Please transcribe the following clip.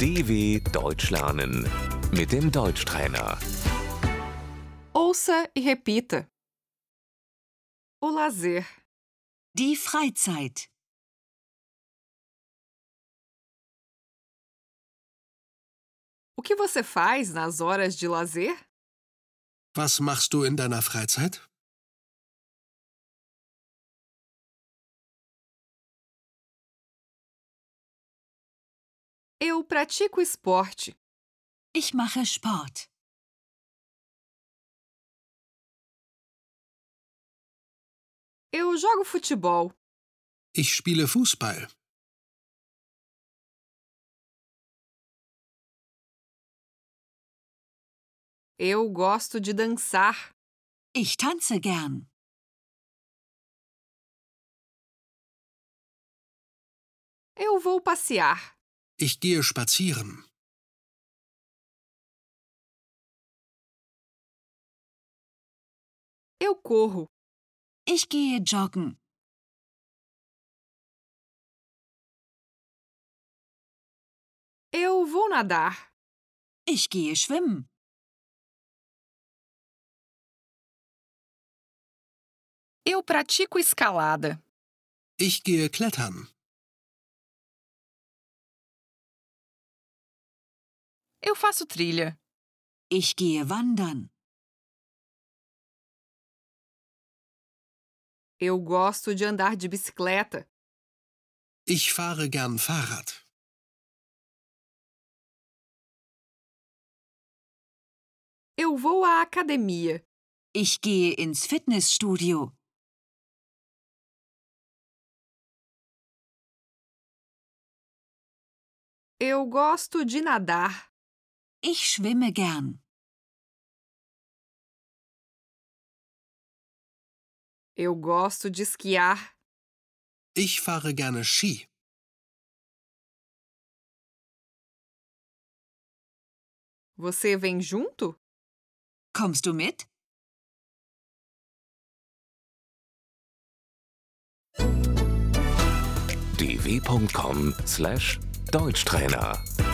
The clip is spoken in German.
DW Deutsch lernen mit dem Deutschtrainer. Ouça e repita. O lazer, Die Freizeit. o que você faz nas horas de lazer? Was machst du in deiner Freizeit? Eu pratico esporte. Ich mache Sport. Eu jogo futebol. Ich spiele Fußball. Eu gosto de dançar. Ich tanze gern. Eu vou passear. Ich gehe spazieren. Eu corro. Ich gehe joggen. Eu vou nadar. Ich gehe schwimmen. Eu pratico escalada. Ich gehe klettern. Eu faço trilha. Ich gehe wandern. Eu gosto de andar de bicicleta. Ich fahre gern Fahrrad. Eu vou à academia. Ich gehe ins Fitnessstudio. Eu gosto de nadar. Ich schwimme gern. Eu gosto de esquiar. Ich fahre gerne Ski. Você vem junto? Kommst du mit? dw.com/deutschtrainer